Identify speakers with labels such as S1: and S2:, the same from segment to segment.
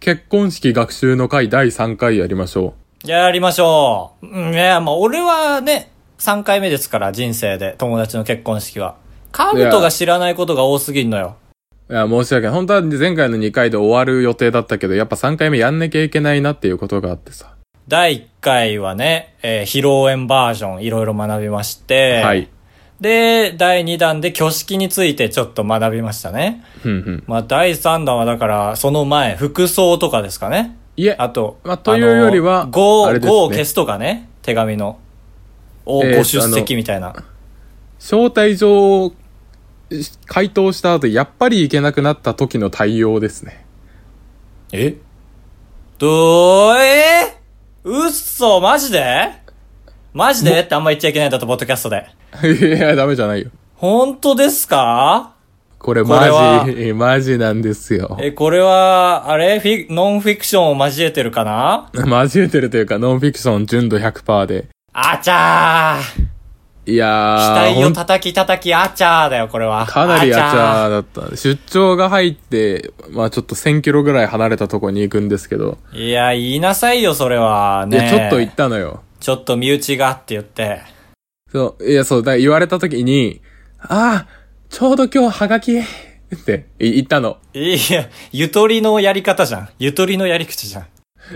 S1: 結婚式学習の会第3回やりましょ
S2: やりましょう。うん、いや、まあ俺はね、3回目ですから、人生で、友達の結婚式は。カブトが知らないことが多すぎんのよ。
S1: う。いや、申し訳ない。本当は前回の2回で終わる予定だったけど、やっぱ3回目やんなきゃいけないなっていうことがあってさ。
S2: 第1回はね、えー披露宴バージョンいろいろ学びまして、
S1: はい。
S2: で、第2弾で挙式についてちょっと学びましたね。
S1: うんうん。
S2: まあ、第3弾はだから、その前、服装とかですかね。
S1: いえ、
S2: あと、
S1: まあというよりは
S2: あの語を、
S1: あれですね
S2: 語を消すとかね、手紙の。を
S1: えー
S2: ご出席みたいな。
S1: 招待状を回答した後、やっぱり行けなくなった時の対応ですね。
S2: えどーえー、うっそ、マジでマジでってあんま言っちゃいけないんだと、ポッドキャストで。
S1: いや、ダメじゃないよ。
S2: 本当ですか
S1: これ
S2: これ
S1: マ
S2: は
S1: ジ、マジなんですよ。
S2: え、これは、あれフィ、ノンフィクションを交えてるかな
S1: 交えてるというか、ノンフィクション純度100%で。
S2: あちゃー
S1: いやー、
S2: 額
S1: ほ
S2: を
S1: ん
S2: 叩き叩きあちゃーだよ、これは。
S1: かなりアチャー
S2: ー。
S1: だった。出張が入って、まあちょっと1000キロぐらい離れたとこに行くんですけど、
S2: いや、言いなさいよ、それは。
S1: いや
S2: ね
S1: ちょっと行ったのよ。
S2: ちょっと身内がって言って。
S1: そう、いや、そう、だから言われた時に、ああ、ちょうど今日ハガキってい言ったの。
S2: いや、ゆとりのやり方じゃん。ゆとりのやり口じゃん。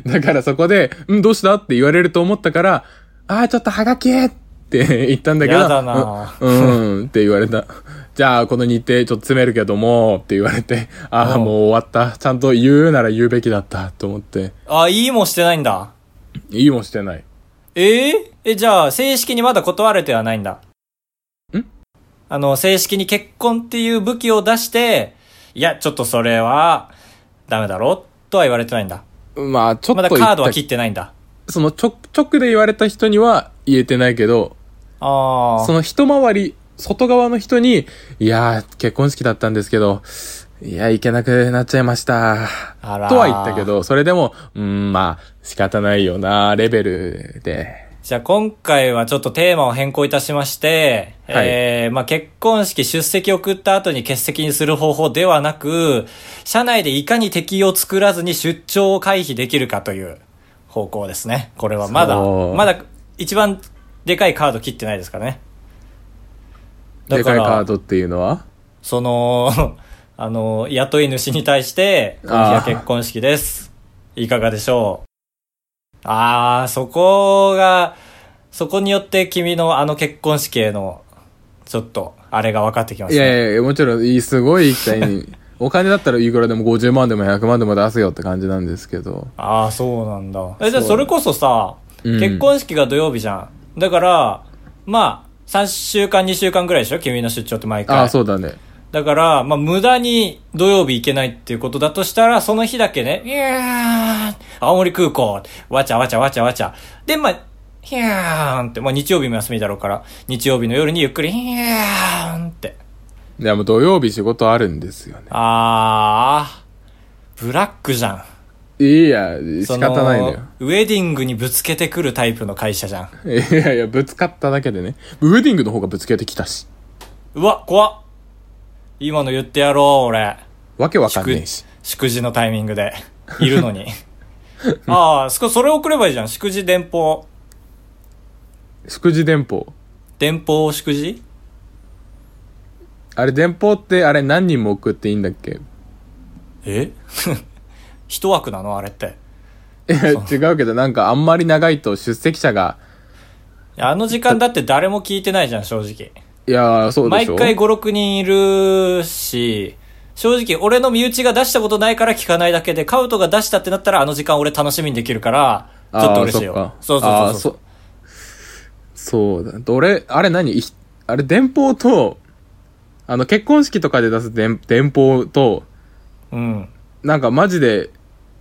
S1: だからそこで、んどうしたって言われると思ったから、ああ、ちょっとハガキって 言ったんだけど、
S2: やだな
S1: うん、うんって言われた。じゃあ、この日程ちょっと詰めるけども、って言われて、ああ、
S2: う
S1: も
S2: ん
S1: う終わった。ちゃんと言うなら言うべきだった、と思って、
S2: あ、いいもしてないんだ。
S1: 言いもしてない。
S2: えええ、じゃあ、正式にまだ断れてはないんだ。
S1: ん
S2: あの、正式に結婚っていう武器を出して、いや、ちょっとそれは、ダメだろとは言われてないんだ。
S1: まあ、ちょっ
S2: ま
S1: と
S2: だ
S1: 言った
S2: カードは切ってないんだ。
S1: その、直、直で言われた人には言えてないけど、
S2: あ
S1: そ
S2: あ。
S1: の一回り、外側の人に、いやー、結婚式だったんですけど、いや、行けなくなっちゃいました。
S2: あらー
S1: とは言ったけど、それでも、うーん、まあ、仕方ないよな、レベルで。
S2: じゃあ、今回はちょっとテーマを変更いたしまして、
S1: はい
S2: ええまあ、結婚式出席を送った後に欠席にする方法ではなく、社内でいかに敵を作らずに出張を回避できるかという方向ですね。これはまだ、
S1: そう
S2: まだ一番でかいカード切ってないですからね。
S1: で
S2: だか
S1: からいカードっていうのは
S2: その、 あの、雇い主に対して、
S1: あー
S2: 今夜結婚式です。いかがでしょうあー、そこが、そこによって君のあの結婚式への、ちょっと、あれが分かってきま
S1: い
S2: すね。
S1: やいやいや、もちろん、いいすごい期待 に、お金だったらいくらでも50万でも100万でも出せよって感じなんですけど。
S2: ああ、そうなんだ。え、じゃあ
S1: そう
S2: それこそさ、
S1: うん
S2: 結婚式が土曜日じゃん。だから、まあ、3週間、2週間ぐらいでしょ君の出張って毎回。
S1: ああ、そうだね。
S2: だから、まあ、無駄に土曜日行けないっていうことだとしたら、その日だけね、いやーん、青森空港、わちゃわちゃわちゃわちゃ。で、まあ、ひゃーんって、まあ、日曜日も休みだろうから、日曜日の夜にゆっくり、ひゃーんって。
S1: いや、もう土曜日仕事あるんですよね。
S2: あー、ブラックじゃん。
S1: いや、仕方ないのよ。
S2: そウェディングにぶつけてくるタイプの会社じゃん。
S1: いやいや、ぶつかっただけでね。ウェディングの方がぶつけてきたし。
S2: うわ、怖っ。今の言ってやろう、俺。
S1: わけわかんねえし。
S2: 祝辞のタイミングで、いる のに。ああ、そこ、それ送ればいいじゃん。祝辞電報。
S1: 祝辞電報。
S2: 電報祝辞
S1: あれ、電報って、あれ何人も送っていいんだっけ
S2: え 一枠なのあれって。
S1: いや、違うけど、なんかあんまり長いと出席者が、
S2: あの時間だって誰も聞いてないじゃん、正直。
S1: いやー、そうで
S2: 毎
S1: しょ
S2: 回5、6人いるし、正直俺の身内が出したことないから聞かないだけで、カウトが出したってなったらあの時間俺楽しみにできるから、ちょっと嬉しいよ。
S1: そ
S2: そううそうそうそ
S1: うそ
S2: う。
S1: う。そうだ。どれ、あれ何いあれ、電報と、あの、結婚式とかで出す電電報と、
S2: うん。
S1: なんかマジで、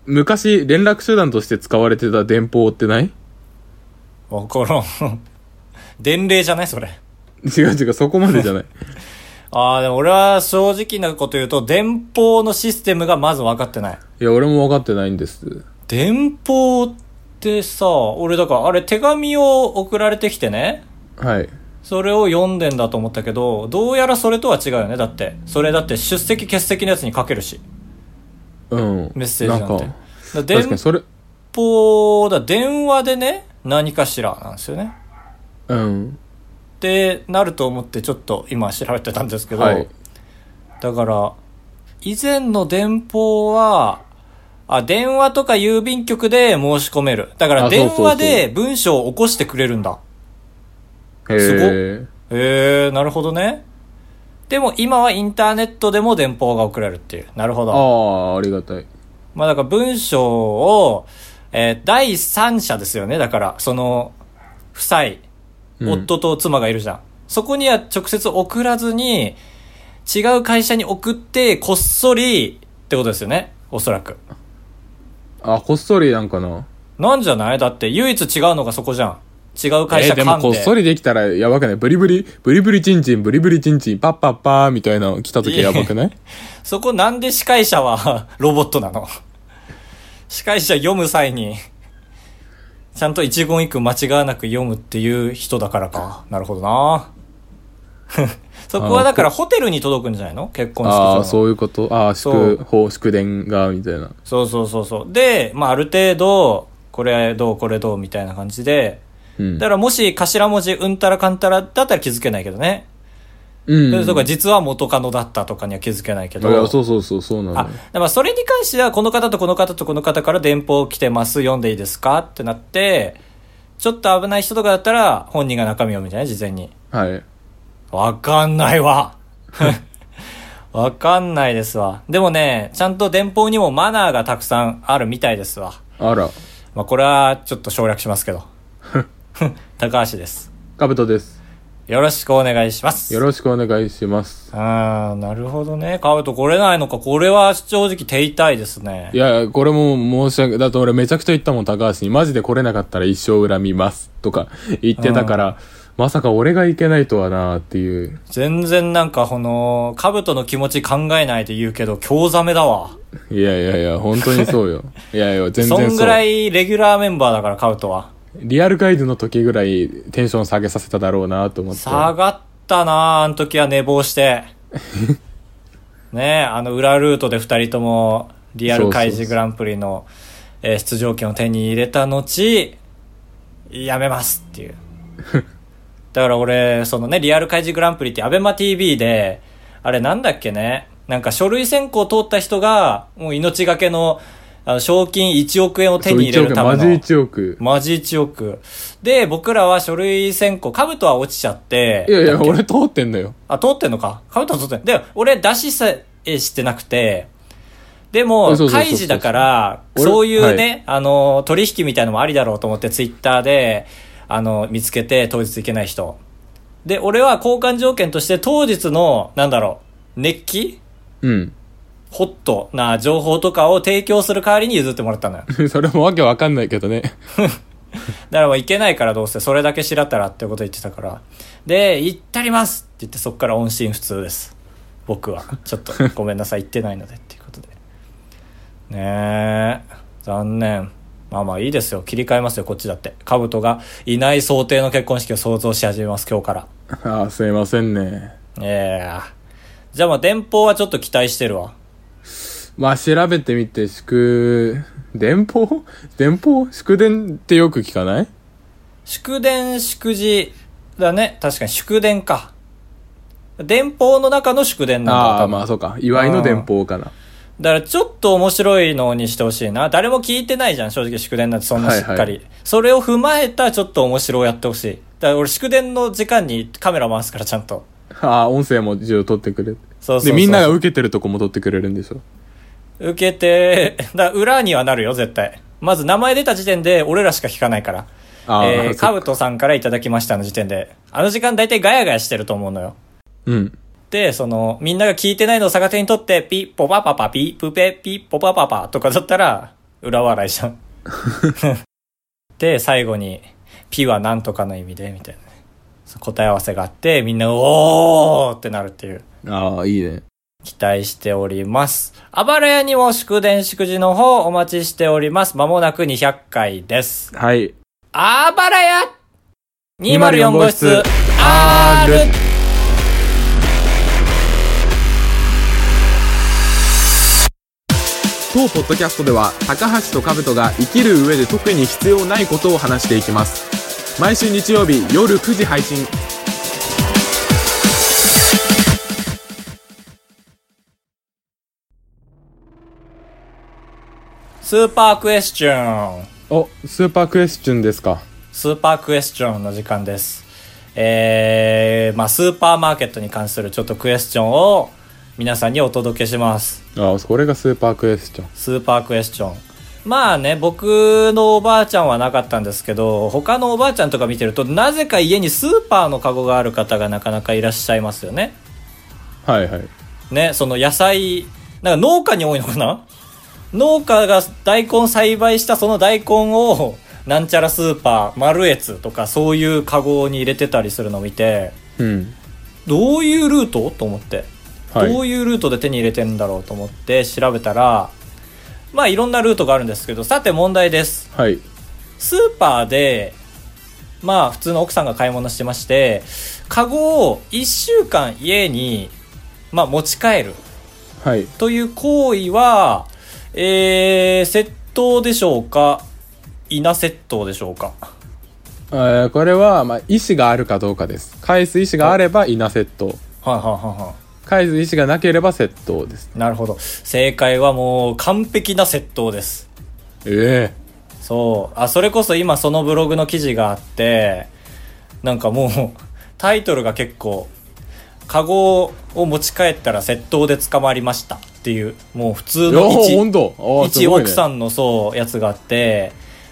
S1: 昔連絡手段として使われてた電報ってない
S2: わからん。 伝令じゃないそれ。
S1: 違う違う、そこまでじゃ ない。
S2: ああ、でも俺は正直なこと言うと、電報のシステムがまず分かってない。
S1: いや、俺も分かってないんです。
S2: 電報ってさ、俺だから、あれ手紙を送られてきてね、
S1: はい。
S2: それを読んでんだと思ったけど、どうやらそれとは違うよね。だって、それだって出席欠席のやつに書けるし、
S1: うん。
S2: メッセージなんて。
S1: か
S2: だ電
S1: 確かにそれ、
S2: 報だ、電話でね、何かしらなんですよね。
S1: うん。
S2: ってなると思ってちょっと今調べてたんですけど、
S1: はい
S2: だから以前の電報はあ電話とか郵便局で申し込めるだから
S1: あそう
S2: 電
S1: そうそう
S2: 話で文章を起こしてくれるんだ
S1: へえ。
S2: へえなるほどねでも今はインターネットでも電報が送れるっていうなるほ
S1: あ
S2: ど
S1: あ、ありがたい。
S2: まあだから文章を、えー第三者ですよねだからその夫妻
S1: うん
S2: 夫と妻がいるじゃん。そこには直接送らずに、違う会社に送って、こっそりってことですよね。おそらく。
S1: あ、こっそりなんかな。
S2: なんじゃないだって唯一違うのがそこじゃん。違う会
S1: え
S2: 社
S1: ーでも
S2: 間
S1: こっそ
S2: で。
S1: りできたらやばくないブリブリ、ブリブリチンチン、ブリブリチンチン、パッパッパーみたいなの来た時やばく ない
S2: そこなんで司会者は ロボットなの司会者読む際に、ちゃんと一言一句間違わなく読むっていう人だからか。なるほどな そこはだからホテルに届くんじゃないの結婚式場の
S1: ああ、そういうこと。ああ、
S2: そう
S1: 祝、法祝電が、みたいな。
S2: そうそうそうそう。で、まあ、ある程度、これどう、これどう、みたいな感じで。
S1: うん。
S2: だから、もし頭文字、うんたらかんたらだったら気づけないけどね。
S1: うん。
S2: それとか、実は元カノだったとかには気づけないけ
S1: いや
S2: ど。
S1: そうそうそう、そうなの
S2: あ
S1: よ。、
S2: だからそれに関しては、この方とこの方とこの方から電報来てます、読んでいいですかってなって、ちょっと危ない人とかだったら、本人が中身を見てね、事前に。
S1: はい。
S2: わかんないわ。 わかんないですわ。でもね、ちゃんと電報にもマナーがたくさんあるみたいですわ。
S1: あら、
S2: まあ、これはちょっと省略しますけど。 高橋です。
S1: かぶとです。
S2: よろしくお願いします。
S1: よろしくお願いします。
S2: ああ、なるほどね。カブト来れないのか。これは正直手痛いですね
S1: い。や、これも申し訳、だって俺めちゃくちゃ言ったもん、高橋に。マジで来れなかったら一生恨みます。とか言ってたから、まさか俺が行けないとはなーっていう。
S2: 全然なんかこの、カブトの気持ち考えないで言うけど、興ざめだわ。
S1: いやいやいや、本当にそう よ。いやいや、全然
S2: そ
S1: そう。
S2: んぐらいレギュラーメンバーだから、カブトは。
S1: リアルガイドの時ぐらいテンション下げさせただろうなと思って。
S2: 下がったなああの時は寝 坊して。ねえ、あの裏ルートで二人ともリアル開
S1: そうそうそう
S2: 示グランプリのえー出場権を手に入れた後、やめますっ ていう。だから俺、そのね、リアル開示グランプリってアベマ TV で、あれなんだっけね、なんか書類選考通った人が、もう命がけの、あの賞金1億円を手に入れるための。
S1: そう1億マジ1億。
S2: マジ1億。で、僕らは書類選考、カブトは落ちちゃって。
S1: いやい
S2: だ
S1: や、
S2: っけ
S1: 俺通ってんのよ。
S2: あ、通ってんのかカブトは通ってんで、俺出しさえしてなくて、でも、
S1: そうそうそうそう
S2: 開示だから、
S1: 俺
S2: そういうね、あの、取引みたいのもありだろうと思って、ツイッターで、あの、見つけて、当日行けない人。で、俺は交換条件として、当日の、なんだろう、熱気
S1: うん。
S2: ホットな情報とかを提供する代わりに譲ってもらったのよ。
S1: それもわけわかん ないけどね。
S2: だからもう行けないからどうせ、それだけ知らったらってこと言ってたから。で、行ったりますって言ってそっから音信不通です。僕は。ちょっとごめんなさい、行ってないのでっていうことで。ねえ、残念。まあまあいいですよ。切り替えますよ、こっちだって。カブトがいない想定の結婚式を想像し始めます、今日から。
S1: ああ、すいませんね。
S2: ええじゃあまあ電報はちょっと期待してるわ。
S1: まあ、調べてみて、祝、電報 電報祝電ってよく聞かない
S2: 祝電、祝辞だね。確かに祝電か。電報の中の祝電なんだ。
S1: あ
S2: 多
S1: あ、
S2: 分
S1: まあそうか。祝いの電報かな。
S2: だからちょっと面白いのにしてほしいな。誰も聞いてないじゃん、正直祝電なんてそんなしっかり。
S1: はいは
S2: それを踏まえたちょっと面白をやってほしい。だから俺祝電の時間にカメラ回すからちゃんと。
S1: ああ、音声も一応取ってくれて。
S2: そうそうそう
S1: で、みんなが受けてるとこも取ってくれるんでしょ。
S2: 受けて、だから裏にはなるよ、絶対。まず名前出た時点で俺らしか聞かないから。
S1: あーそ
S2: えー、
S1: っか
S2: カブトさんからいただきましたの時点で。あの時間大体ガヤガヤしてると思うのよ。
S1: うん。
S2: で、その、みんなが聞いてないのを逆手にとって、ピッポパパパピプペピッポパパパとかだったら、裏笑いじゃん。で、最後に、ピはなんとかの意味で、みたいなね。そう答え合わせがあって、みんな、おーってなるっていう。
S1: ああ、いいね。
S2: 期待しております。あばら屋にも祝電祝辞の方お待ちしております。まもなく200回です。
S1: はい。
S2: あばら屋 !204 号室 R!
S3: 東
S1: 当ポッドキャストでは高橋と兜が生きる上で特に必要ないことを話していきます毎週日曜日夜9時配信
S2: スーパークエスチョン
S1: おスーパークエスチョンですか
S2: スーパークエスチョンの時間です。えー、まあスーパーマーケットに関するちょっとクエスチョンを皆さんにお届けします。
S1: あこれがスーパークエスチョン
S2: スーパークエスチョン。まあね、僕のおばあちゃんはなかったんですけど、他のおばあちゃんとか見てると、なぜか家にスーパーのカゴがある方がなかなかいらっしゃいますよね。
S1: はいはい
S2: ね、その野菜、なんか農家に多いのかな農家が大根栽培したその大根を、なんちゃらスーパー、丸越とかそういうカゴに入れてたりするのを見て、
S1: うん
S2: どういうルートと思って。
S1: はい
S2: どういうルートで手に入れてんだろうと思って調べたら、まあいろんなルートがあるんですけど、さて問題です。
S1: はい
S2: スーパーで、まあ普通の奥さんが買い物してまして、カゴを1週間家に、まあ持ち帰る
S1: はい
S2: という行為は、えー、窃盗でしょうか稲窃盗でしょうか
S1: えーこれは、まあ、意思があるかどうかです返す意思があれば稲窃盗
S2: はいはいはいは
S1: 返す意思がなければ窃盗です
S2: い。なるほど。正解はもう完璧な窃盗です。
S1: え
S2: そう。あ、それこそ今そのブログの記事があって、なんかもう、タイトルが結構、カゴを持ち帰ったら窃盗で捕まりましたっていう、もう普
S1: え
S2: 通
S1: いや
S2: の
S1: 本
S2: 一、
S1: 当あー
S2: 一
S1: すごい
S2: 奥
S1: ね
S2: さんのそう、やつがあって、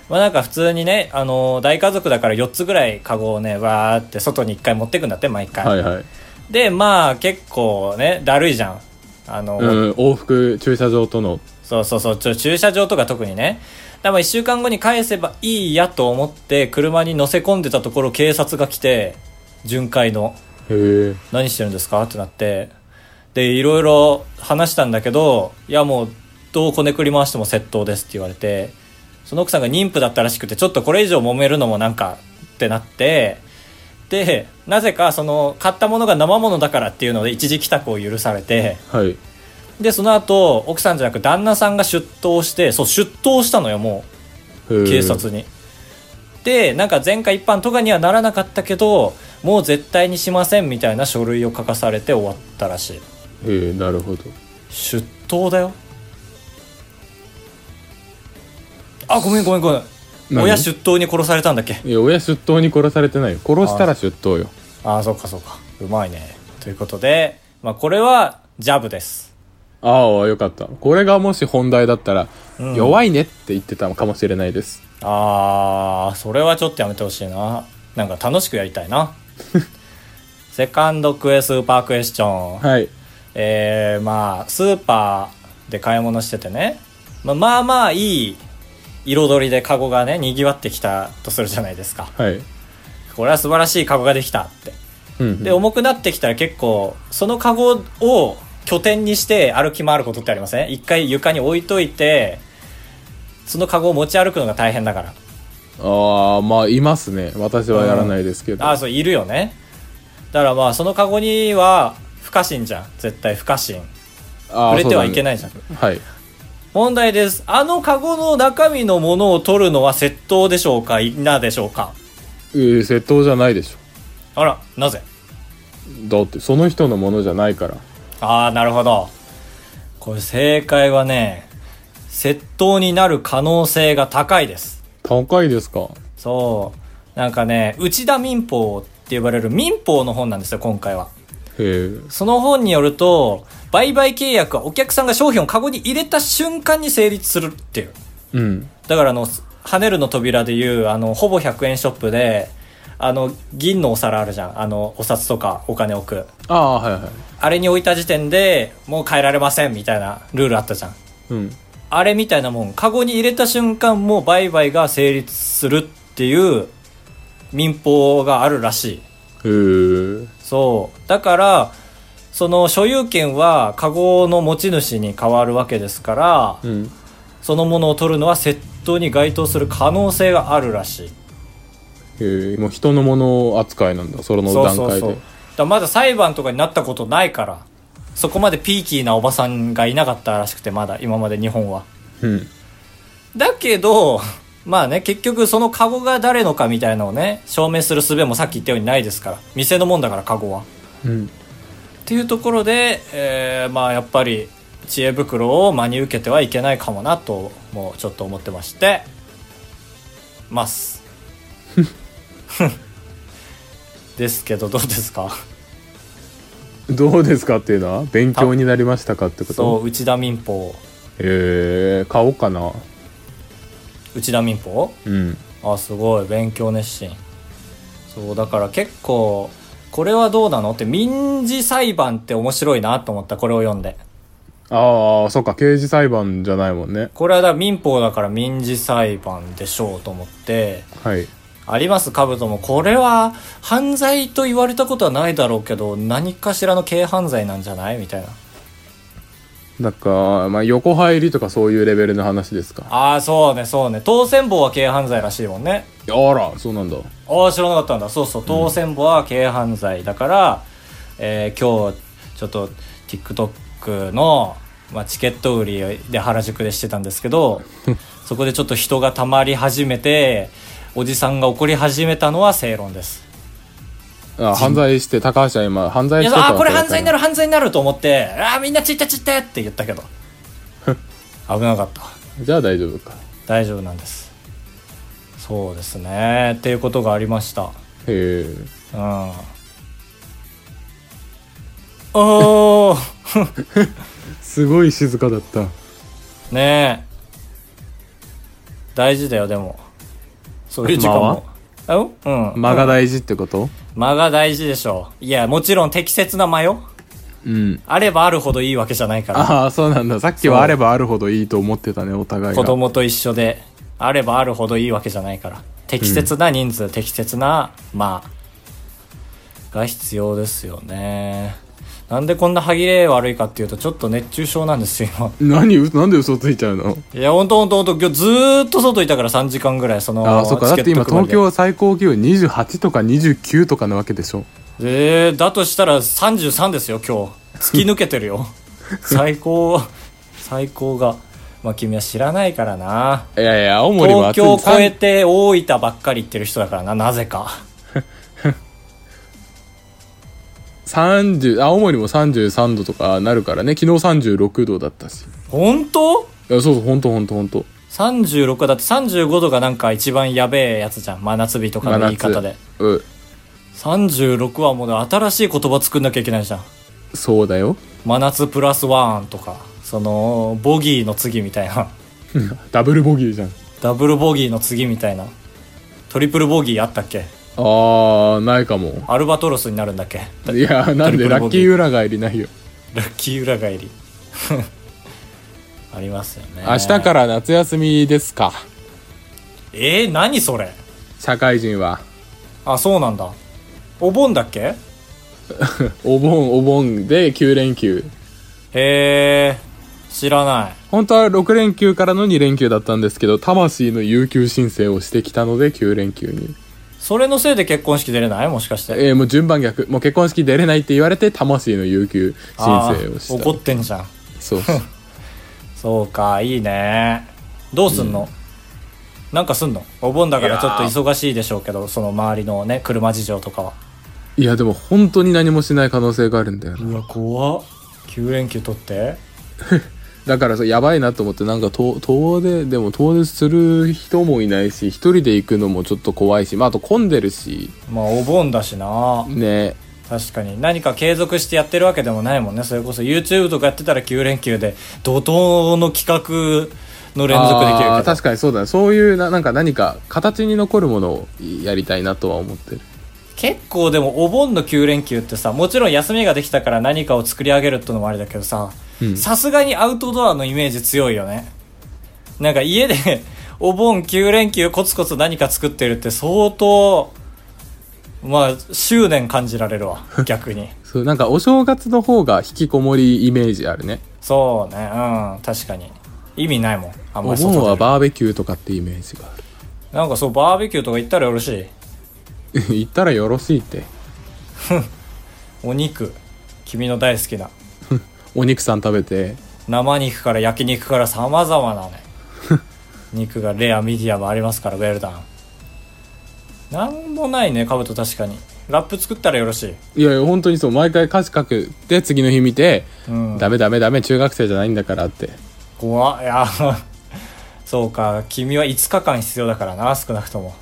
S2: まあなんか普通にね、あの、大家族だから4つぐらいカゴをね、わーって外に1回持ってくんだって、毎回。
S1: はいはい
S2: で、まあ結構ね、だるいじゃん。あの、
S1: うん、往復駐車場との
S2: そうそうそう、ちょ駐車場とか特にね。だから1週間後に返せばいいやと思って、車に乗せ込んでたところ警察が来て、巡回の、
S1: へえ
S2: 何してるんですかってなって。で、いろいろ話したんだけど、いやもう、どうこねくり回しても窃盗ですって言われて、その奥さんが妊婦だったらしくて、ちょっとこれ以上揉めるのもなんかってなって、で、なぜかその、買ったものが生ものだからっていうので一時帰宅を許されて、
S1: はい
S2: でその後奥さんじゃなく旦那さんが出頭してそう出頭したのよもう警察に、でなんか前回一般とかにはならなかったけどもう絶対にしませんみたいな書類を書かされて終わったらしい
S1: へえなるほど
S2: 出頭だよあごめんごめんごめん
S1: 何
S2: 親出頭に殺されたんだっけ
S1: いや親出頭に殺されてないよ殺したら出頭よ
S2: ああそっかそっかうまいねということで、まあ、これはジャブです
S1: ああよかったこれがもし本題だったら、
S2: うん
S1: 弱いねって言ってたのかもしれないです
S2: あー、それはちょっとやめてほしいな。なんか楽しくやりたいな。セカンドクエスーパークエスチョン。
S1: はい
S2: えー、まあ、スーパーで買い物しててね。まあまあまあいい彩りでカゴがね、賑わってきたとするじゃないですか。
S1: はい
S2: これは素晴らしいカゴができたって。
S1: うんうん
S2: で、重くなってきたら結構、そのカゴを拠点にして歩き回ることってありません一回床に置いといて、そのカゴを持ち歩くのが大変だから。
S1: ああまあいますね私はやらないですけど、
S2: ああそういるよねだからまあそのカゴには不可侵じゃん絶対不可侵
S1: あ
S2: 触れてはいけ
S1: い、
S2: ないじゃん、
S1: そうだねはい
S2: 問題ですあのカゴの中身のものを取るのは窃盗でしょうかいなでしょうか
S1: えー窃盗じゃないでしょ
S2: あらなぜ
S1: だってその人のものじゃないから
S2: ああなるほどこれ正解はね窃盗になる可能性が高いです
S1: 高いですか
S2: そうなんかね内田民法って呼ばれる民法の本なんですよ今回は
S1: へえ
S2: その本によると、売買契約はお客さんが商品をカゴに入れた瞬間に成立するっていう。
S1: うん
S2: だからあの、跳ねるの扉でいう、あの、ほぼ100円ショップで、あの、銀のお皿あるじゃん。あの、お札とかお金置く。
S1: ああはいはい
S2: あれに置いた時点で、もう変えられませんみたいなルールあったじゃん。
S1: うん
S2: あれみたいなもん、カゴに入れた瞬間もう売買が成立するっていう民法があるらしい。
S1: へえ
S2: そう。だから、その所有権はカゴの持ち主に変わるわけですから、
S1: うん
S2: そのものを取るのは窃盗に該当する可能性があるらしい。
S1: へえもう人のもの扱いなんだその
S2: そ
S1: 段
S2: う
S1: 階で
S2: そうそう。だからまだ裁判とかになったことないから、そこまでピーキーなおばさんがいなかったらしくて、まだ今まで日本は。
S1: うん。
S2: だけど、まあね、結局そのカゴが誰のかみたいなのをね、証明する術もさっき言ったようにないですから。店のもんだからカゴは。
S1: うん。
S2: っていうところで、えーまあやっぱり知恵袋を真に受けてはいけないかもなともうちょっと思ってまして ます。ですけどどうですか
S1: どうですかっていうのは勉強になりましたかってこと
S2: そう内田民法
S1: えー、買おうかな。
S2: 内田民法
S1: うん。
S2: あすごい勉強熱心そうだから結構これはどうなのって民事裁判って面白いなと思ったこれを読んで
S1: ああ、そっか、刑事裁判じゃないもんね。
S2: これはだから民法だから民事裁判でしょうと思って
S1: はい。
S2: ありますカブトもこれは犯罪と言われたことはないだろうけど何かしらの軽犯罪なんじゃないみたいな
S1: なんか、まあ、横入りとかそういうレベルの話ですか。
S2: ああそうねそうね当選簿は軽犯罪らしいもんね
S1: あら、そうなんだ。
S2: ああ知らなかったんだそうそう当選簿は軽犯罪だから、えー今日ちょっと TikTok の、まあ、チケット売りで原宿でしてたんですけ どそこでちょっと人がたまり始めておじさんが怒り始めたのは正論です
S1: あ犯罪して、高橋は今、犯罪
S2: い
S1: し
S2: や
S1: てた
S2: あこれ犯罪にな
S1: る。
S2: る犯罪になると思ってあーみんな散って散ってって言 ったけど危なかった
S1: じゃあ大丈夫か。
S2: 大丈夫なんですそうですねっていうことがありました
S1: へえ。
S2: うんあー
S1: すごい静かだった。
S2: ねえ大事だよでもそういう時間もあうんうん
S1: 間が大事ってこと
S2: 間が大事でしょういやもちろん適切な間よ
S1: うん。
S2: あればあるほどいいわけじゃないから
S1: ああ、そうなんだ。さっきはあればあるほどいいと思ってたね、お互いが。
S2: 子供と一緒であればあるほどいいわけじゃないから適切な人数、適切なまあが必要ですよねなんでこんな歯切れ悪いかっていうとちょっと熱中症なんですよ今
S1: 何うなんで嘘ついちゃうの
S2: いやほんとほんとほんと今日ずーっと外いたから3時間ぐらいその
S1: ああ、そっか。だって今、
S2: チケット配
S1: 東
S2: り
S1: 京は最高気温28とか29とかなわけでしょ。
S2: でえー、だとしたら33ですよ今日突き抜けてる よ最高最高がまあ君は知らないからない
S1: やいや、青森も暑
S2: 東
S1: い。
S2: 京を超えて大分ばっかり行ってる人だからななぜか
S1: 30青森も33度とかなるからね昨日36度だったし
S2: 本当
S1: いやそうそうほんとほんとほんと
S2: ?36 はだって35度がなんか一番やべえやつじゃん真夏日とかの言い方で
S1: う
S2: 36はもうね新しい言葉作んなきゃいけないじゃん
S1: そうだよ
S2: 真夏プラスワンとかそのボギーの次みたいな
S1: ダブルボギーじゃん
S2: ダブルボギーの次みたいなトリプルボギーあったっけ
S1: あーないかも
S2: アルバトロスになるんだっけ
S1: いやなんで
S2: トリプル
S1: ラ
S2: ボ
S1: ッ
S2: ギ
S1: キ
S2: ー
S1: ー裏返りないよ
S2: ラッキー裏返り ありますよね
S1: 明日から夏休みですか
S2: えー、何それ
S1: 社会人は
S2: あそうなんだお盆だっけ
S1: お盆お盆で9連休
S2: へえ知らない
S1: 本当は6連休からの2連休だったんですけど魂の有給申請をしてきたので9連休に
S2: それのせいで結婚式出れないもしかして。
S1: えー、もう順番逆もう結婚式出れないって言われて魂の有給申
S2: あー
S1: 請をした
S2: 怒ってんじゃん。
S1: そうそう
S2: そうか、いいね。どうすんの、なんかすんのお盆だからちょっと忙しいでしょうけど、その周りのね、車事情とかは。
S1: いやでも本当に何もしない可能性があるんだよな
S2: うわ、怖っ。9連休取って。
S1: だからさやばいなと思ってなんか遠遠出でも遠出する人もいないし一人で行くのもちょっと怖いしまああと混んでるし
S2: まあ、お盆だしな。
S1: ね
S2: 確かに。何か継続してやってるわけでもないもんね。それこそ YouTube とかやってたら9連休で、怒涛の企画の連続できる
S1: あー
S2: けど。
S1: 確かにそうだねそういうななんか何か形に残るものをやりたいなとは思ってる
S2: 結構でもお盆の9連休ってさもちろん休みができたから何かを作り上げるってのもあれだけどさ
S1: うん
S2: さすがにアウトドアのイメージ強いよねなんか家で お盆9連休コツコツ何か作ってるって相当まあ執念感じられ るわ逆に
S1: そうなんかお正月の方が引きこもりイメージあるね
S2: そうねうん確かに意味ないもんあんま
S1: お
S2: り外
S1: 盆は
S2: 出る
S1: バーベキューとかってイメージがある
S2: なんかそうバーベキューとか行ったらよろしい
S1: 行ったらよろしいって
S2: お肉君の大好きな
S1: お肉さん食べて
S2: 生肉から焼肉から様々なね肉がレアミディアムありますからウェルダンなんもないねカブト確かにラップ作ったらよろしい
S1: いやいや本当にそう毎回歌詞書くで次の日見て、
S2: うん
S1: ダメダメダメ中学生じゃないんだからって
S2: 怖っいや そうか君は5日間必要だからな少なくとも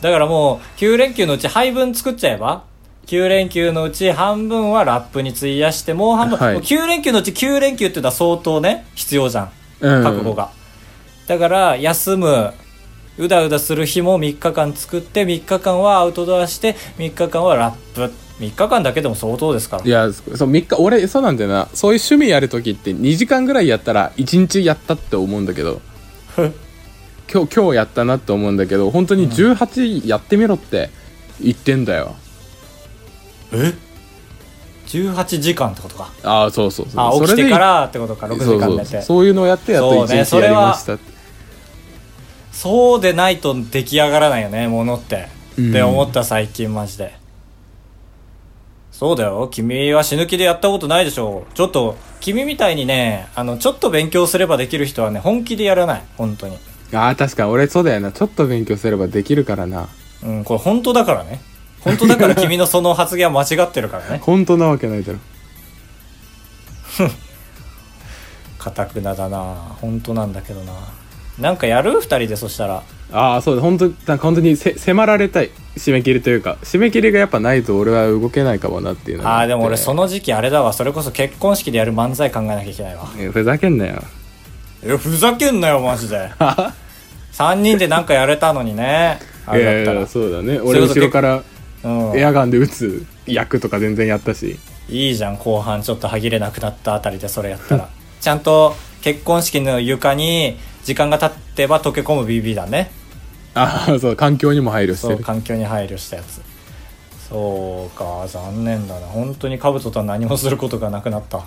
S2: だからもう9連休のうち配分作っちゃえば9連休のうち半分はラップに費やしてもう半分、
S1: はい
S2: もう9連休のうち9連休っていうのは相当ね必要じゃん
S1: うん
S2: 覚悟が、だから休むうだうだする日も3日間作って3日間はアウトドアして3日間はラップ3日間だけでも相当ですから
S1: いやそう3日俺そうなんだよなそういう趣味やる時って2時間ぐらいやったら1日やったって思うんだけど今日今日やったなって思うんだけど本当に18やってみろって言ってんだよ、
S2: え18時間ってことか
S1: ああそうそうそう
S2: あ起き
S1: それ
S2: て
S1: で
S2: からってことか6
S1: そう
S2: 時
S1: そう
S2: 間
S1: そ
S2: 寝
S1: う
S2: てそう
S1: そういうのをやってやっと
S2: そうね
S1: 1日やりましたって
S2: でないと出来上がらないよねものって、
S1: うん
S2: って思った最近マジでそうだよ君は死ぬ気でやったことないでしょちょっと君みたいにねあのちょっと勉強すればできる人はね本気でやらない本当に
S1: ああ確かに俺そうだよなちょっと勉強すればできるからな
S2: うんこれ本当だからね本当だから君のその発言は間違ってる からね
S1: 本当なわけないだろ
S2: かたくなだな本当なんだけどななんかやる二人でそしたら
S1: ああそうだ本当なんか本当にせ迫られたい締め切りというか締め切りがやっぱないと俺は動けないかもなっていうのが
S2: あ
S1: あ
S2: あでも俺
S1: って
S2: その時期あれだわそれこそ結婚式でやる漫才考えなきゃいけないわ
S1: えふざけんなよ
S2: いやふざけんなよマジ で3人でなんかやれたのに ねあ
S1: い
S2: れ
S1: や
S2: だ
S1: い
S2: ったら
S1: やそうだね俺後ろから
S2: うん、
S1: エアガンで撃つ役とか全然やったし
S2: いいじゃん後半ちょっと歯切れなくなったあたりでそれやったらちゃんと結婚式の床に時間が経ってば溶け込む BB だね
S1: ああそう環境にも配慮し
S2: そ
S1: て
S2: う
S1: る
S2: 環境に配慮したやつそうか残念だな本当にカブトとは何もすることがなくなった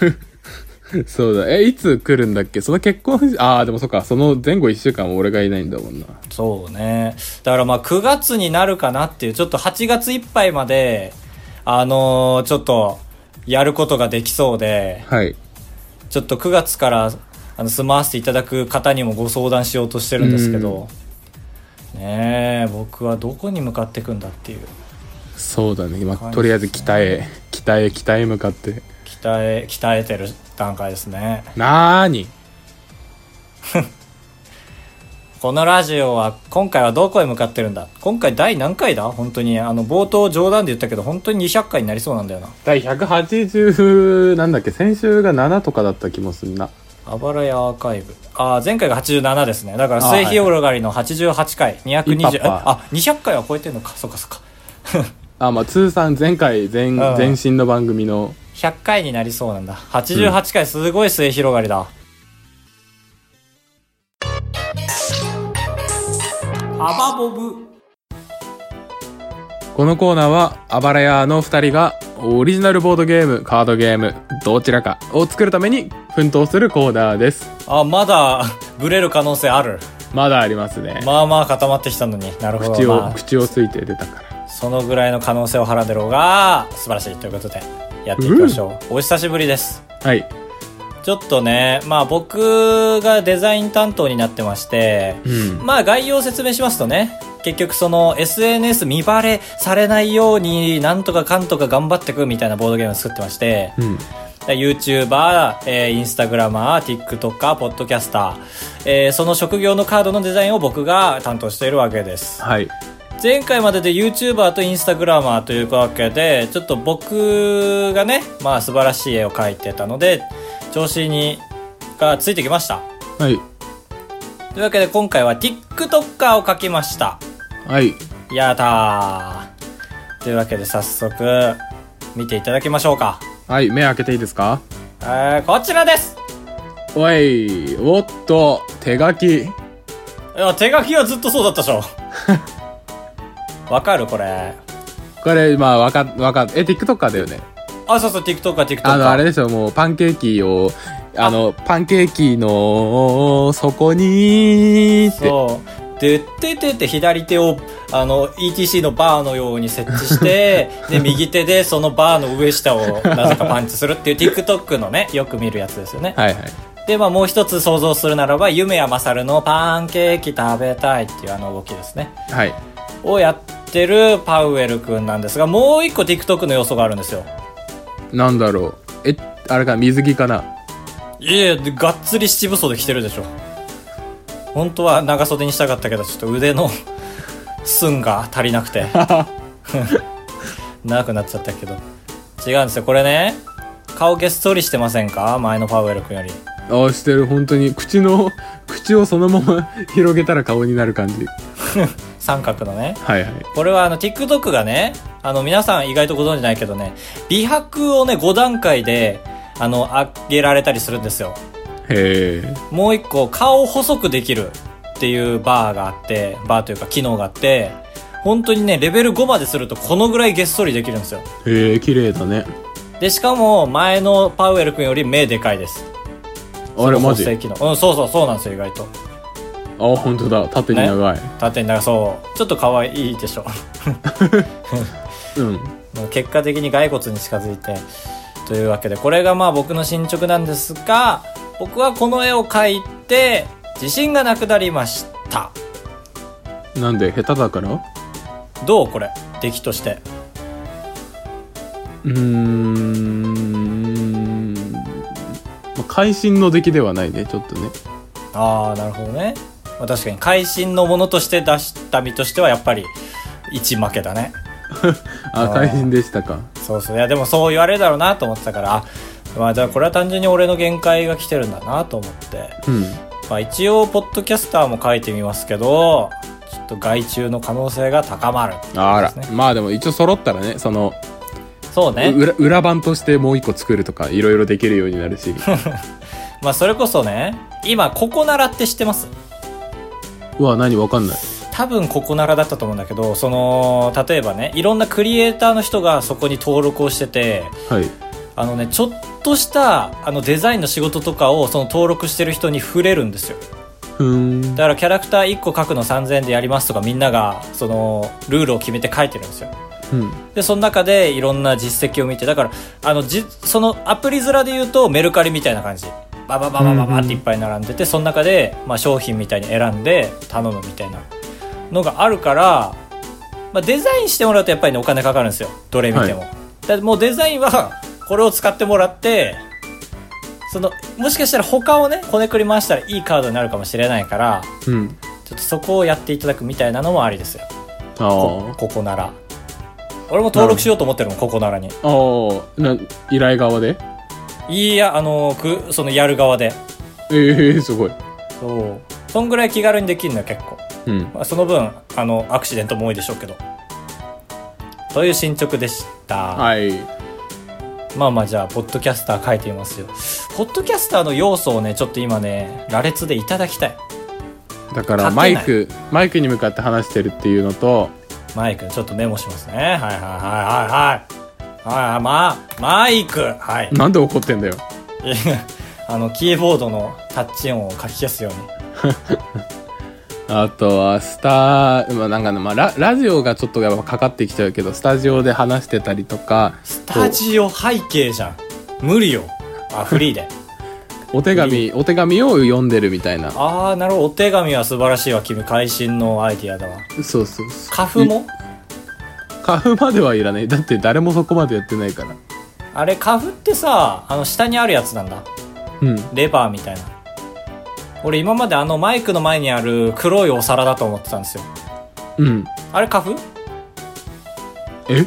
S1: そうだえいつ来るんだっけその結婚式ああでもそっかその前後1週間は俺がいないんだもんな
S2: そうね。だからまあ9月になるかなっていう、ちょっと8月いっぱいまで、あのーちょっと、やることができそうで、
S1: はい
S2: ちょっと9月から、あの、住まわせていただく方にもご相談しようとしてるんですけど、ねえ、僕はどこに向かっていくんだっていう。
S1: そうだね今
S2: はい
S1: とりあえず北へ北へ北へ向かって
S2: 鍛え、鍛えてる段階ですね。
S1: なーに
S2: このラジオは今回はどこへ向かってるんだ今回第何回だ本当に。あの、冒頭冗談で言ったけど、本当に200回になりそうなんだよな。
S1: 第180なんだっけ先週が7とかだった気もすんな
S2: あばらやアーカイブ。ああ、前回が87ですね。だから、末広がりの88回、
S1: いパパ
S2: 220、えあ、200回は超えてんのか。そっかそっか。
S1: あまあ通算前回前
S2: ん
S1: 前身の番組の
S2: 100回になりそうなんだ。88回、すごい末広がりだ。アバボブ。
S1: このコーナーはあばら屋の2人がオリジナルボードゲームカードゲームどちらかを作るために奮闘するコーナーです
S2: あ、まだ、ブレる可能性ある。
S1: まだありますね、
S2: まあまあ固まってきたのに。なるほど。
S1: 口を、
S2: まあ
S1: 口をついて出たから
S2: そのぐらいの可能性をはらんでる方が、素晴らしいということで、やっていきましょう。お久しぶりです。
S1: はい
S2: ちょっとね、まあ僕がデザイン担当になってまして、
S1: うん
S2: まあ概要を説明しますとね、結局その SNS 見バレされないようになんとかかんとか頑張ってくみたいなボードゲームを作ってまして、
S1: うん
S2: で YouTuber、えー、Instagramer、TikToker、Podcaster、えーその職業のカードのデザインを僕が担当しているわけです。
S1: はい
S2: 前回までで YouTuber と Instagramer というわけでちょっと僕がねまあ素晴らしい絵を描いてたので調子にがついてきました
S1: はい
S2: というわけで今回は TikToker を描きました
S1: はい
S2: やったーというわけで早速見ていただきましょうか
S1: はい目開けていいですか
S2: えー、こちらです
S1: おいおっと手書き
S2: いや手書きはずっとそうだったで しょわかるこれ
S1: これまあわかわかえ TikToker だよね
S2: あそうそう TikToker TikToker
S1: あの、あれでしょ、もう、パンケーキを、あの、パンケーキの、そこにって。
S2: そう。でってってって左手を、あの、ETC のバーのように設置して、で、右手でそのバーの上下をなぜかパンチするっていう TikTok のね、よく見るやつですよね。
S1: はいはい。
S2: で、まあ、もう一つ想像するならば、夢やまさるのパンケーキ食べたいっていうあの動きですね。
S1: はい
S2: をやってるパウエルくんなんですが、もう一個 TikTok の要素があるんですよ。
S1: なんだろうえあれか水着かない
S2: え、でがっつり七分袖着てるでしょ。本当は長袖にしたかったけど、ちょっと腕の寸が足りなくて。 長くなっちゃったけど。違うんですよ。これね、顔ゲストりしてませんか前のパウエルくんより。
S1: ああしてる本当に口の 口をそのまま 広げたら顔になる感じ
S2: 三角のね。
S1: はいはい
S2: これはあの TikTok がね、あの皆さん意外とご存知ないけどね、美白をね、5段階で、あの、上げられたりするんですよ。
S1: へえ
S2: もう一個、顔を細くできるっていうバーがあって、バーというか機能があって、本当にね、レベル5までするとこのぐらいげっそりできるんですよ。
S1: へえ綺麗だね
S2: で、しかも前のパウエル君より目でかいです。
S1: あれ
S2: その
S1: マ
S2: 補
S1: ジ
S2: 正機能うん、そうそう、そうなんですよ、意外と。
S1: ああ本当だ縦に長い、
S2: 縦に、だからそう、ちょっと可愛いでしょ。
S1: うん
S2: もう結果的に骸骨に近づいてというわけでこれがまあ僕の進捗なんですが僕はこの絵を描いて自信がなくなりました
S1: なんで下手だから
S2: どうこれ出来として
S1: うーん、まあ、会心の出来ではないねちょっとね
S2: ああなるほどね、まあ、確かに会心のものとして出した身としてはやっぱり一負けだね
S1: あ
S2: あー
S1: 会心でしたか
S2: そうそういやでもそう言われるだろうなと思ってたからあまあだからこれは単純に俺の限界が来てるんだなと思って
S1: うん
S2: まあ、一応ポッドキャスターも書いてみますけどちょっと害虫の可能性が高まる
S1: あら、
S2: そうですね
S1: まあでも一応揃ったらねその
S2: そうね
S1: 裏裏版としてもう一個作るとかいろいろできるようになるし
S2: まあそれこそね今ココナラって知ってます
S1: うわ何わかんない
S2: 多分ココナラだったと思うんだけどその例えばねいろんなクリエイターの人がそこに登録をしてて
S1: はい
S2: あのねちょっとしたあのデザインの仕事とかをその登録してる人に触れるんですよ
S1: ふーん
S2: だからキャラクター1個書くの3000円でやりますとかみんながそのルールを決めて書いてるんですよ
S1: うん
S2: でその中でいろんな実績を見てだからあのじそのアプリ面で言うとメルカリみたいな感じババババババっていっぱい並んでてその中で、まあ、商品みたいに選んで頼むみたいなのがあるから、まあ、デザインしてもらうとやっぱりねお金かかるんですよどれ見ても、
S1: は
S2: だもうデザインはこれを使ってもらってそのもしかしたら他をねこねくり回したらいいカードになるかもしれないから
S1: うん
S2: ちょっとそこをやっていただくみたいなのもありですよ
S1: あ
S2: こ
S1: ー
S2: ここなら俺も登録しようと思ってるもんここならに
S1: あーな依頼側で
S2: いやあのくそのやる側で
S1: ええすごい
S2: そうそんぐらい気軽にできるのよ結構、
S1: うん
S2: まあ、その分あのアクシデントも多いでしょうけどという進捗でした、
S1: はい
S2: まあまあじゃあポッドキャスター書いてみますよポッドキャスターの要素をねちょっと今ね羅列でいただきたい
S1: だから
S2: 勝
S1: マ
S2: て
S1: イ
S2: ない
S1: クマイクに向かって話してるっていうのと
S2: マイクちょっとメモしますねはいはいはいはいはいはいまあマイクはい
S1: なんで怒ってんだよ
S2: いや あのキーボードのタッチ音を書き消すように
S1: あとはスター、まあ、なんかね、まあ、ララジオがちょっとやっぱかかってきちゃうけどスタジオで話してたりとか
S2: スタジオ背景じゃん無理よあフリーで
S1: お手紙お手紙を読んでるみたいな
S2: ああなるほどお手紙は素晴らしいわ君会心のアイディアだわ
S1: そうそうそう
S2: 花粉も
S1: 花粉まではいらないだって誰もそこまでやってないから
S2: あれ花粉ってさあの下にあるやつなんだ
S1: うん
S2: レバーみたいな俺今まであのマイクの前にある黒いお皿だと思ってたんですよ
S1: うん
S2: あれ花粉
S1: え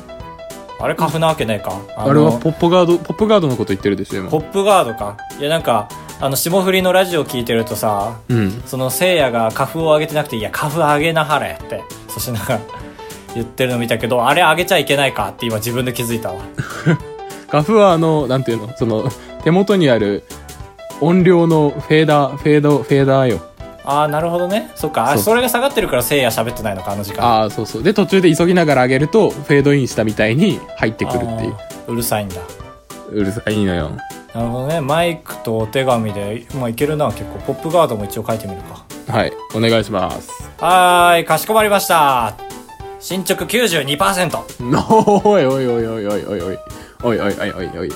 S2: あれ花粉なわけないか
S1: あ
S2: の
S1: れはポップガードポップガードのこと言ってるでしょ今
S2: ポップガードかいやなんかあの霜降りのラジオ聞いてるとさ
S1: うん
S2: そのせいやが花粉を上げてなくて「いや花粉上げなはれ」って粗品が言ってるの見たけどあれ上げちゃいけないかって今自分で気づいたわ
S1: 花粉はあのなんていうのその手元にある音量のフェーダーフェードフェーダーよ
S2: ああなるほどねそっかあ
S1: そう
S2: それが下がってるからせいや喋ってないのかあの時間
S1: ああそうそうで途中で急ぎながら上げるとフェードインしたみたいに入ってくるっていう
S2: あーうるさいんだ
S1: うるさいのよ
S2: なるほどねマイクとお手紙でまあいけるな結構ポップガードも一応書いてみるか
S1: はいお願いします
S2: はーいかしこまりました進捗92%
S1: おいおいおいおいおいおいおいおいおいおいおいおい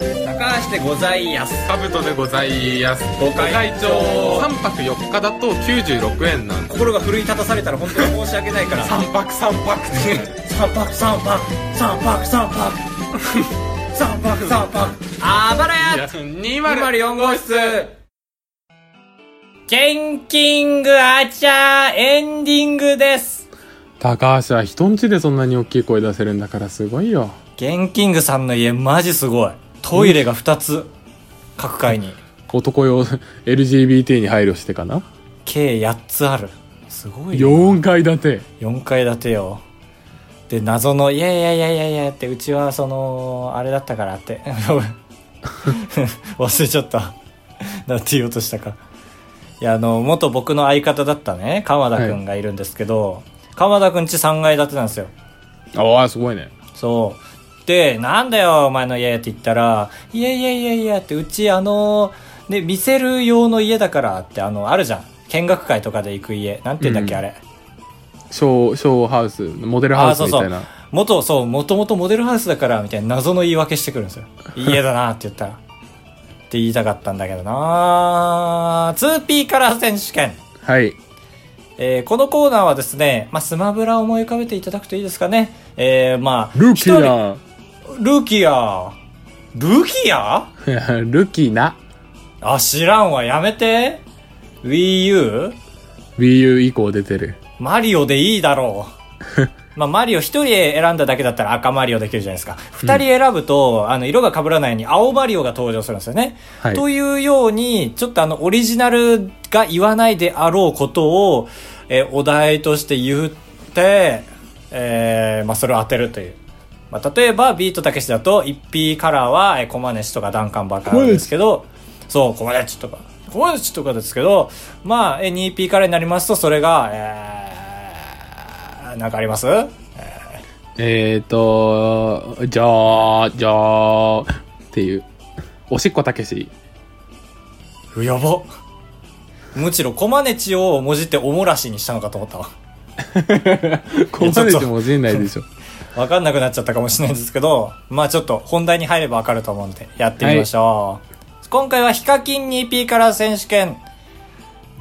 S2: でございやす。
S1: カブトでございますご
S2: 会長
S1: 3泊4日だと96円なんで
S2: 心が奮い立たされたら本当に申し訳ないから。
S1: 3泊3泊って
S2: 三泊三泊三泊三泊三泊三泊あばらや
S1: 204
S2: 204号室ケンキングアチャーエンディングです
S1: 高橋は人んちでそんなに大きい声出せるんだからすごいよ
S2: ケンキングさんの家マジすごいトイレが2つ各階に
S1: 男用 LGBT に配慮してかな
S2: 計8つあるすごいよ
S1: 4階建て
S2: 4階建てよで謎の「いやいやいやいやいや」ってうちはそのあれだったからって 忘れちゃったなんて言おうとしたかいやあの元僕の相方だったね鎌田君がいるんですけど、鎌田君ち3階建てなんですよ
S1: ああすごいね
S2: そうで「なんだよお前の家」って言ったら「いやいやいやいや」ってうちあのね見せる用の家だからってあのあるじゃん見学会とかで行く家なんて言うんだっけ、
S1: うん
S2: あれ
S1: ショーショーハウスモデルハウスみたいな
S2: あそうそう元そうもともとモデルハウスだからみたいな謎の言い訳してくるんですよ家だなって言ったらって言いたかったんだけどな 2P カラー選手権、
S1: はい
S2: えーこのコーナーはですね、まあ、スマブラを思い浮かべていただくといいですかねえー、まあ
S1: ルキ
S2: 一人
S1: ナ
S2: ルキアルキア
S1: いや ルキナ
S2: あ知らんわやめて WiiU?
S1: WiiU 以降出てる
S2: マリオでいいだろ う。まあ、マリオ一人選んだだけだったら赤マリオできるじゃないですか。二人選ぶと、あの、色が被らないように青マリオが登場するんですよね。
S1: はい
S2: というように、ちょっとあの、オリジナルが言わないであろうことを、えーお題として言って、えーまあ、それを当てるという。まあ、例えば、ビートたけしだと、1P カラーは、えーコマネチとかダンカンバカなんですけど、そう、コマネチとか、コマネチとかですけど、まあ、えー 2P カラーになりますと、それが、えーなんかあります
S1: えーとじゃーじゃーっていうおしっこたけ し
S2: うやばむしろコマネチをもじっておもらしにしたのかと思ったわ
S1: こまでてもじんないでしょ
S2: わかんなくなっちゃったかもしれないですけどまあちょっと本題に入ればわかると思うんでやってみましょう、今回は「ヒカキン 2P カラー選手権」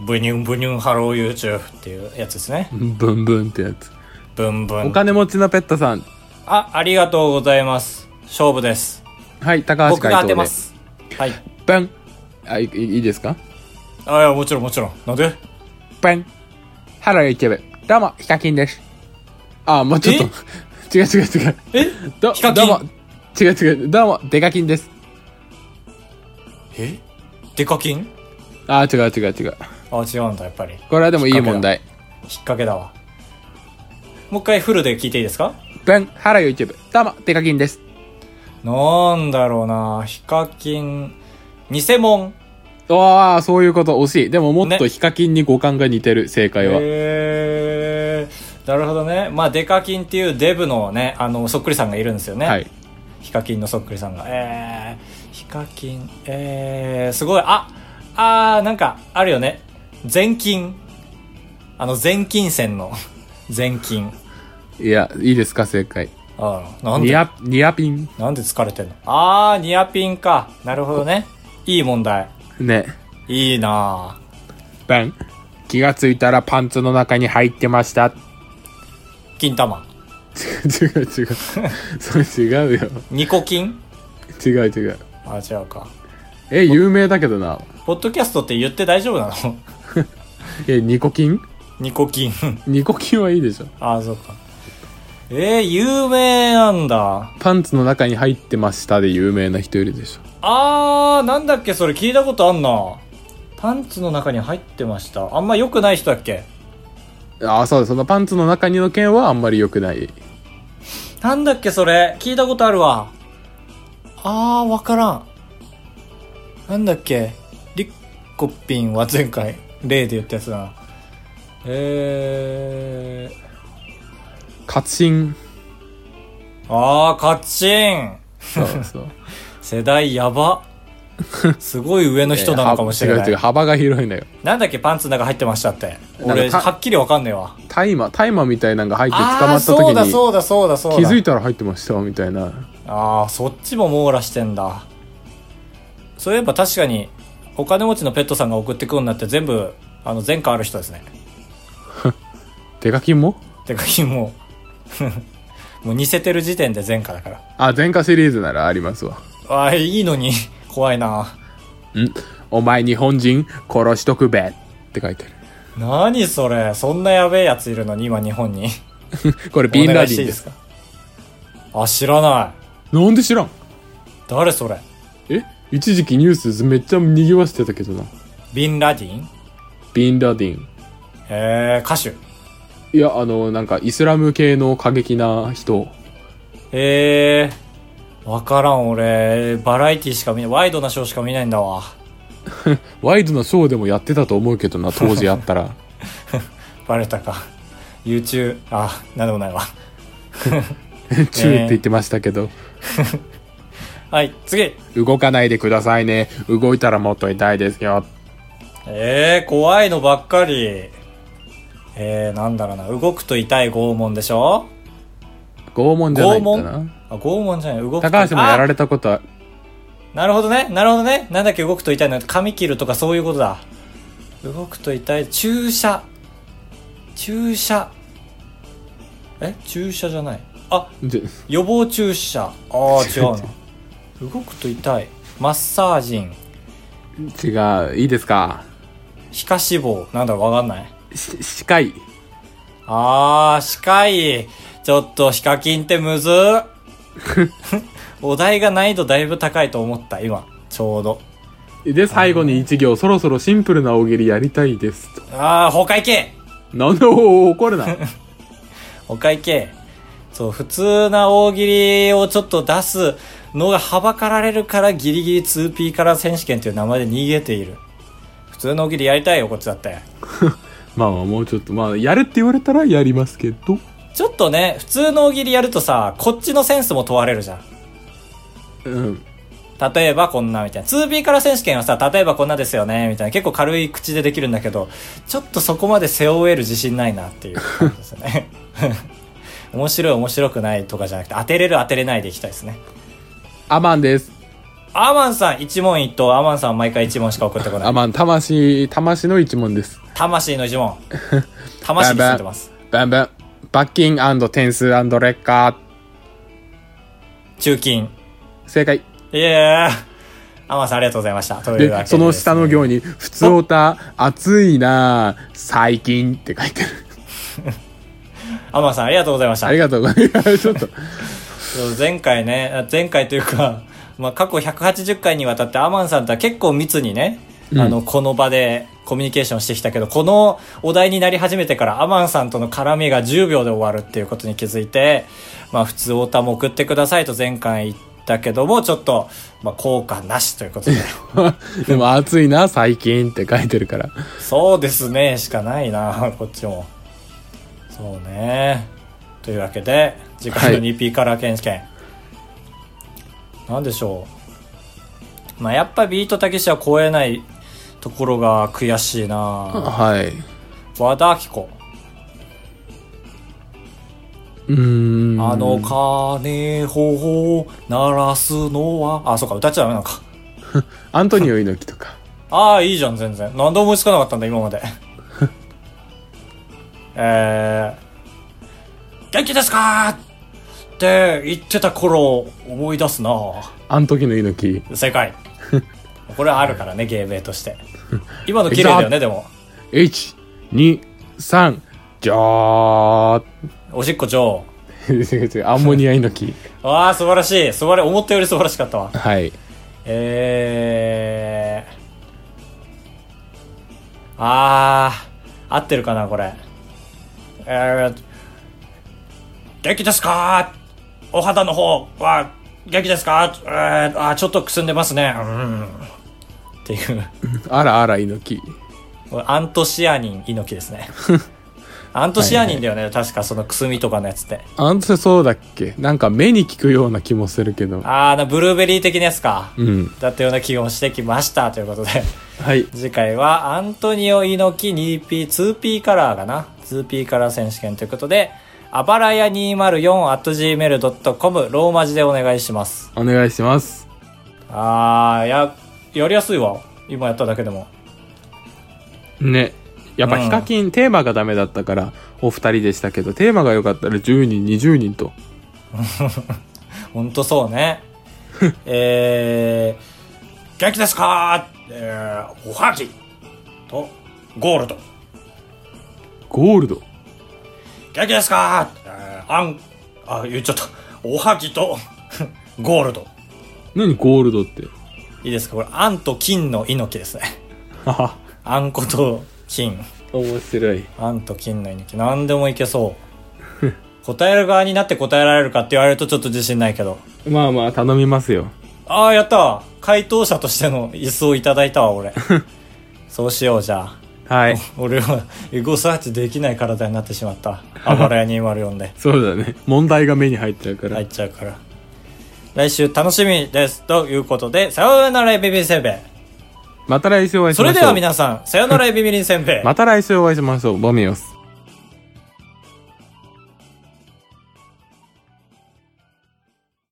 S2: ブニュンブニュンハロー YouTube っていうやつですね
S1: ブンブンってやつ
S2: ブンブ
S1: お
S2: ン
S1: 金持ちのペットさん
S2: あありがとうございます勝負です
S1: はい高橋
S2: 僕
S1: 海
S2: が
S1: 人
S2: 当
S1: で
S2: てますはい
S1: バンあいいいいですか
S2: あいやもちろんもちろんなんで
S1: バンハロー YouTube どうもヒカキンですあもうちょっと 違う違う違う
S2: え
S1: ど
S2: ヒカキ
S1: ど
S2: ン
S1: うも違う違うどうもデカキンです
S2: えデカキン
S1: あ違う違う違う
S2: あ違うんだやっぱり
S1: これはでもいい問題
S2: 引っ掛けだわもう一回フルで聞いていいですか
S1: バンハロー YouTube どうもデカキンです
S2: なんだろうなヒカキン偽物
S1: ああそういうこと惜しいでももっと
S2: ね
S1: ヒカキンに五感が似てる正解は、
S2: へーなるほどねまあデカキンっていうデブのねあのそっくりさんがいるんですよね、
S1: はい
S2: ヒカキンのそっくりさんがえー、ヒカキンえー、すごいああーなんかあるよね前金あの前金線の 前金
S1: いやいいですか正解
S2: あーなん
S1: ニ
S2: で
S1: アニアピン
S2: なんで疲れてんのああニアピンかなるほどねいい問題
S1: ね
S2: いいなぁ
S1: バン気がついたらパンツの中に入ってました
S2: 金玉
S1: 違う違うそれ違うよ
S2: ニコキン
S1: 違う違う
S2: あ違うか
S1: え有名だけどな
S2: ポッドキャストって言って大丈夫なの
S1: えニコキン
S2: ニコキン
S1: ニコキンはいいでしょ
S2: あそうかえー、有名なんだ
S1: パンツの中に入ってましたで有名な人いるでしょ
S2: あーなんだっけそれ聞いたことあんなパンツの中に入ってましたあんま良くない人だっけ
S1: ああそうだそのパンツの中にの件はあんまり良くない
S2: なんだっけそれ聞いたことあるわあーわからんなんだっけリッコピンは前回例で言ったやつだなえー、
S1: カチン
S2: あーカッチン
S1: そうそう
S2: 世代 やばすごい上の 人なのかもしれ
S1: えー
S2: な
S1: は違う違う
S2: い
S1: 幅が広いんだよ
S2: なんだっけパンツの中入ってましたって
S1: なんか
S2: 俺
S1: た
S2: はっきりわかんねえわ
S1: 大麻大麻みたいなのが入って捕
S2: あ
S1: ま
S2: あ
S1: った
S2: そうだ
S1: 時に
S2: そうだそうだそう
S1: 気
S2: だ
S1: づいたら入ってましたみたいな
S2: ああそっちも網羅してんだそういえば確かに、お金持ちのペットさんが送ってくるんだって全部、あの、前科ある人ですね。
S1: 手書きも
S2: てか、もう、も う似せてる時点で前科だから。
S1: あ前科シリーズならありますわ
S2: ああ、いいのに、怖いな。
S1: んお前日本人殺しとくべって書いてあ
S2: 何それ、そんなやべえやついるのに、今日本に。
S1: るこれビン
S2: お願
S1: ラ
S2: いし
S1: ディンで
S2: ていいですすかあ、知らない。
S1: なんで知らん
S2: 誰それ
S1: え一時期ニュースめっちゃ賑わしてたけどな
S2: ビン・ラディン
S1: ビンラディン
S2: えー、歌手。
S1: いやあのなんかイスラム系の過激な人
S2: えー、わからん俺、バラエティしか見ない、ワイドなショーしか見ないんだわ。
S1: ワイドなショーでもやってたと思うけど な当時あったら
S2: バレたか。YouTube、あ、なんでもないわ。
S1: チューって言ってましたけど、
S2: はい、次
S1: 動かないでくださいね動いたらもっと痛いですよ
S2: えー、怖いのばっかり。えー、なんだろうな、動くと痛い拷問でしょ
S1: 拷問じゃない
S2: 拷
S1: んだ
S2: 問
S1: な
S2: あ、拷問じゃない、動くと
S1: 高橋もやら
S2: れ
S1: れたことは
S2: なるほどね、なるほどね。なんだっけ、動くと痛いの、髪切るとかそういうことだ。動くと痛い、注射。注射。え注射じゃない。あ、
S1: じゃ
S2: 予防注射ああ違う な動くと痛いマッサージン
S1: 違ういいですか
S2: 皮下脂肪なんだろうわかんない
S1: し歯科医
S2: あー歯科医ちょっとヒカキンってむずっお題が難易度だいぶ高いと思った今ちょうど
S1: で最後に一行そろそろシンプルな大喜利やりたいですと
S2: ああ崩壊系
S1: なんでおー怒るな
S2: 崩壊系そう普通な大喜利をちょっと出すのがはばかられるからギリギリ 2P から選手権という名前で逃げている普通の大喜利やりたいよこっちだって
S1: まあまあもうちょっとまあやるって言われたらやりますけど
S2: ちょっとね、普通の大喜利やるとさ、こっちのセンスも問われるじゃん。
S1: うん
S2: 例えばこんなみたいな。2B から選手権はさ、例えばこんなですよね、みたいな。結構軽い口でできるんだけど、ちょっとそこまで背負える自信ないなっていう感じですね。 面白い面白くないとかじゃなくて、当てれる当てれないでいきたいですね。
S1: アマンです
S2: アマンさん一問一答、アマンさんは毎回一問しか送ってこな
S1: ア
S2: い。
S1: マン魂魂の一問です
S2: 魂の一 問。魂についてます。
S1: バンバン罰金点数劣化
S2: 中金。
S1: 正解
S2: いやー。アマンさんありがとうございました。というわけ
S1: で
S2: で
S1: その下の行に「普通おた暑いなあ最近」って書いてある
S2: アマンさんありがとうございました
S1: あり。がとうございますちょっと
S2: そう前回ねあ前回というか、 まあ、過去180回にわたってアマンさんとは結構密にね、あのこの場でコミュニケーションしてきたけどこのお題になり始めてからアマンさんとの絡みが10秒で終わるっていうことに気づいて、まあ、普通オタも送ってくださいと前回言ったけどもちょっと、まあ、効果なしということで
S1: でも「暑いなあ最近」って書いてるから
S2: そうですねしかないな こっちもそうねというわけで次回の
S1: はい
S2: 2P カラー選手権、なんでしょうまあやっぱビートたけしは超えないところが悔しいな
S1: はい
S2: 和田アキ子
S1: うーん
S2: あの鐘を鳴らすのはあそうか歌っちゃダメなのか
S1: アントニオ猪木とか
S2: ああ、いいじゃん、全然。なんで思いつかなかったんだ、今まで。えー、元気ですかって言ってた頃を思い出すな
S1: あん時の猪木
S2: 正解。これはあるからね、芸名として。今の綺麗だよね、でも。
S1: 123じゃー
S2: おしっこ上。
S1: 違う違う アンモニア猪木
S2: ああ、素晴らしい。素晴ら思ったより素晴らしかったわ。
S1: はい
S2: えー、あー、合ってるかな、これ。えー、元気ですかお肌の方は元気ですかえー、あー、ちょっとくすんでますね。うん。っていう、
S1: あらあら猪木
S2: これアントシアニン猪木で すね。アントシアニンだよね、確かそのくすみとかのやつって。
S1: あんたそうだっけなんか目に効くような気もするけど
S2: あー、なブルーベリー的なやつか。
S1: うん
S2: だったような気もしてきました、ということで。
S1: はい
S2: 次回はアントニオ猪木 2P2P カラーかな 2P カラー選手権ということであばらや 204.gmail.com ローマ字でお願いします
S1: お願いします
S2: あーややりやすいわ。今やっただけでも。
S1: ねやっぱ
S2: うん
S1: ヒカキン、テーマがダメだったからお二人でしたけどテーマが良かったら10人20人と
S2: ほんとそうね。えー、元気ですかえー、おはぎと、ゴールド。
S1: ゴールド
S2: 元気ですかえー、あん、あ、言っちゃった。おはぎと、 ゴールド。
S1: 何ゴールドって
S2: いいですかこれ、あんと金の猪木ですね。
S1: はは
S2: あんこと金。
S1: 面白い
S2: あんと金の猪木。何でもいけそう。答える側になって答えられるかって言われるとちょっと自信ないけど。
S1: まあまあ頼みますよ
S2: ああ、やったわ回答者としての椅子をいただいたわ、俺。そうしよう、じゃあ。
S1: はい
S2: 俺はエゴサーチできない体になってしまった。あばらや204で。
S1: そうだね問題が目に入っちゃうから、
S2: 入っちゃうから。来週楽しみです。ということで、さようならエビビリンせんべい。
S1: また来週お会いし
S2: そ
S1: ましょ
S2: れ
S1: う
S2: では皆さん、さようならエビビリンせんべい。
S1: また来週お会いしましょうボミオス